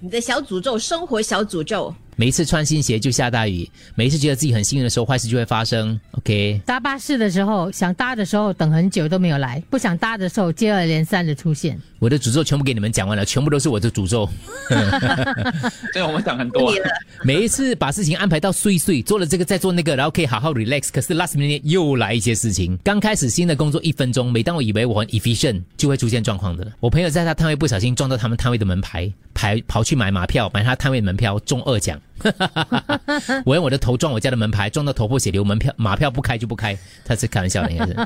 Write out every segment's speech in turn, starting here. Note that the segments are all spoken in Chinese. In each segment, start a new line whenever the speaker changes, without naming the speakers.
你的小诅咒，生活小诅咒。
每一次穿新鞋就下大雨，每一次觉得自己很幸运的时候，坏事就会发生。OK，
搭巴士的时候，想搭的时候等很久都没有来，不想搭的时候接二连三的出现。
我的诅咒全部给你们讲完了，全部都是我的诅咒。
对，我们讲很多
你。了，
每一次把事情安排到碎碎，做了这个再做那个，然后可以好好 relax。可是 last minute 又来一些事情。刚开始新的工作一分钟，每当我以为我很 efficient，就会出现状况的。我朋友在他摊位不小心撞到他们摊位的门牌，排跑去买马票，买他摊位的门票中二 奖。我用我的头撞我家的门牌，撞到头破血流，门票马票不开就不开。他是开玩笑的，应该是。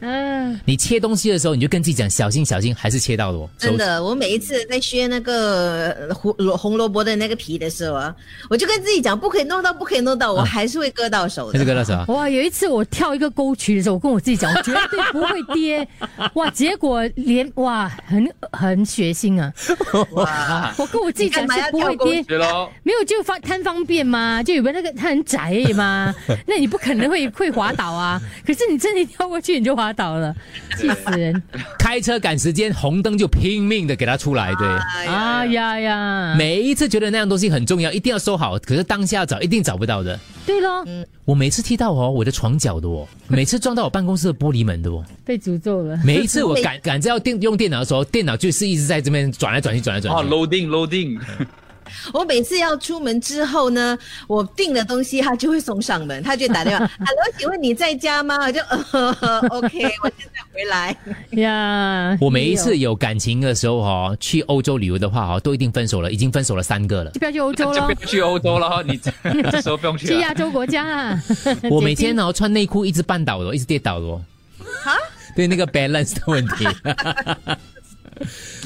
嗯，
你切东西的时候，你就跟自己讲小心小心，还是切到的哦。
真的，我每一次在削那个呃胡萝红萝卜的那个皮的时候啊，我就跟自己讲，不可以弄到，不可以弄到，我啊还是会割到手
那
的。
这个那啥，
哇，有一次我跳一个沟渠的时候，我跟我自己讲，我绝对不会跌。哇，结果连哇很很血腥啊！
啊，
我跟我自己讲
你干嘛
是
要
不会
跳沟
跌
渠。
对喽，
没有，就方贪方便嘛，就以为那个它很窄 嘛，那你不可能会会滑倒啊。可是你真的跳过去你就滑倒了，气死人！
开车赶时间，红灯就拼命的给他出来，对。
哎
啊呀呀，
每一次觉得那样东西很重要，一定要收好，可是当下找一定找不到的。
对咯，
嗯
我每次踢到哦，我的床角的哦，每次撞到我办公室的玻璃门的哦，
被诅咒了。
每一次我赶赶着要电用电脑的时候，电脑就是一直在这边转来转去，转来转
哦
去。
，loading loading，
我每次要出门之后呢，我订了东西，他就会送上门，他就打电话 ，Hello，请问你在家吗？我就 呃 OK，我现在回来。
呀，
我每一次有感情的时候哦，去欧洲旅游的话哦，都一定分手了，已经分手了三个了
就。不要去欧洲
就
咯
不要，去欧洲了，你这这时候不 用去
去
了
亚。洲国家啊。
我每天哦穿内裤一直绊倒的哦，一直跌倒的哦。
哈，
对那个 balance 的问 题。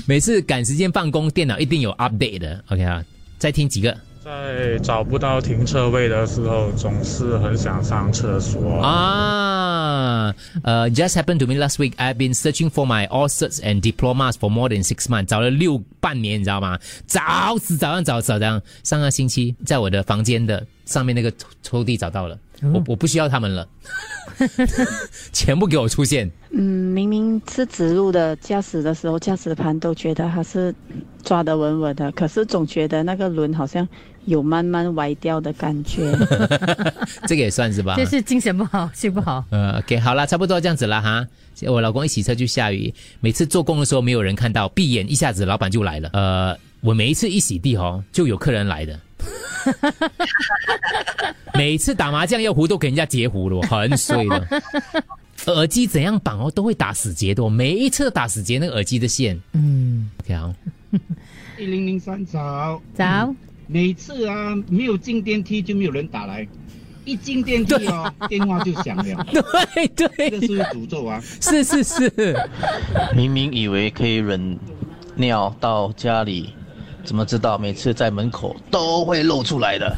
每次赶时间放工，电脑一定有 update 的。OK 啊，再听几个
在找不到停车位的时候，总是很想上厕所。
哦
啊，呃、j u s t happened to me last week. I've been searching for my all certs and diplomas for more than six months，找了六半年，你知道吗？找死，早上找早上，上个星期在我的房间的上面那个抽抽屉找到了，
哦
我我不需要他 们了，全部给我出现。
嗯，明明是指路的，驾驶的时候驾驶盘都觉得它是抓得稳稳的，可是总觉得那个轮好像有慢慢歪掉的感觉。
这个也算是吧？
这是精神不好，睡不好。
呃，OK，好啦，差不多这样子啦哈。我老公一洗车就下雨，每次做工的时候没有人看到，闭眼一下子老板就来了。呃，我每一次一洗地哦，就有客人来的。每次打麻将要胡都给人家截胡了，很衰的。耳机怎样绑哦，都会打死结的、哦，每一次都打死结那个耳机的线。
嗯，
OK，好，
一零零三早，
早，
每次啊没有进电梯就没有人打来，一进电梯哦电话就响了，
对
这个
对，
是不是诅咒啊。
是是是，
明明以为可以忍尿到家里，怎么知道每次在门口都会露出来 的？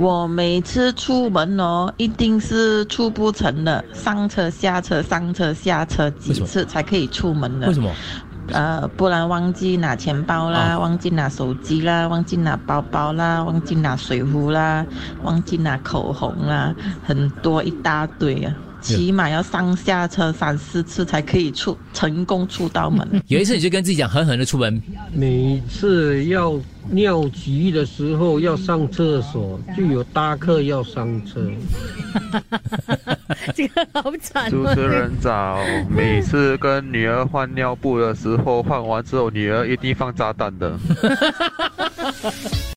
我每次出门哦，一定是出不成的，上车下车上车下车几
为什么
次才可以出门的。
为什？么？
呃，不然忘记拿钱包啦，
啊
忘记拿手机啦，忘记拿包包啦，忘记拿水壶啦，忘记拿口红啦，很多一大堆啊。起码要上下车三四次才可以出成功出到门。
有一次你就跟自己讲，狠狠的出门，
每次要尿急的时候要上厕所，就有搭客要上车。
这个好惨
主
哦。
持 人早，每次跟女儿换尿布的时候，换完之后，女儿一定放炸弹的。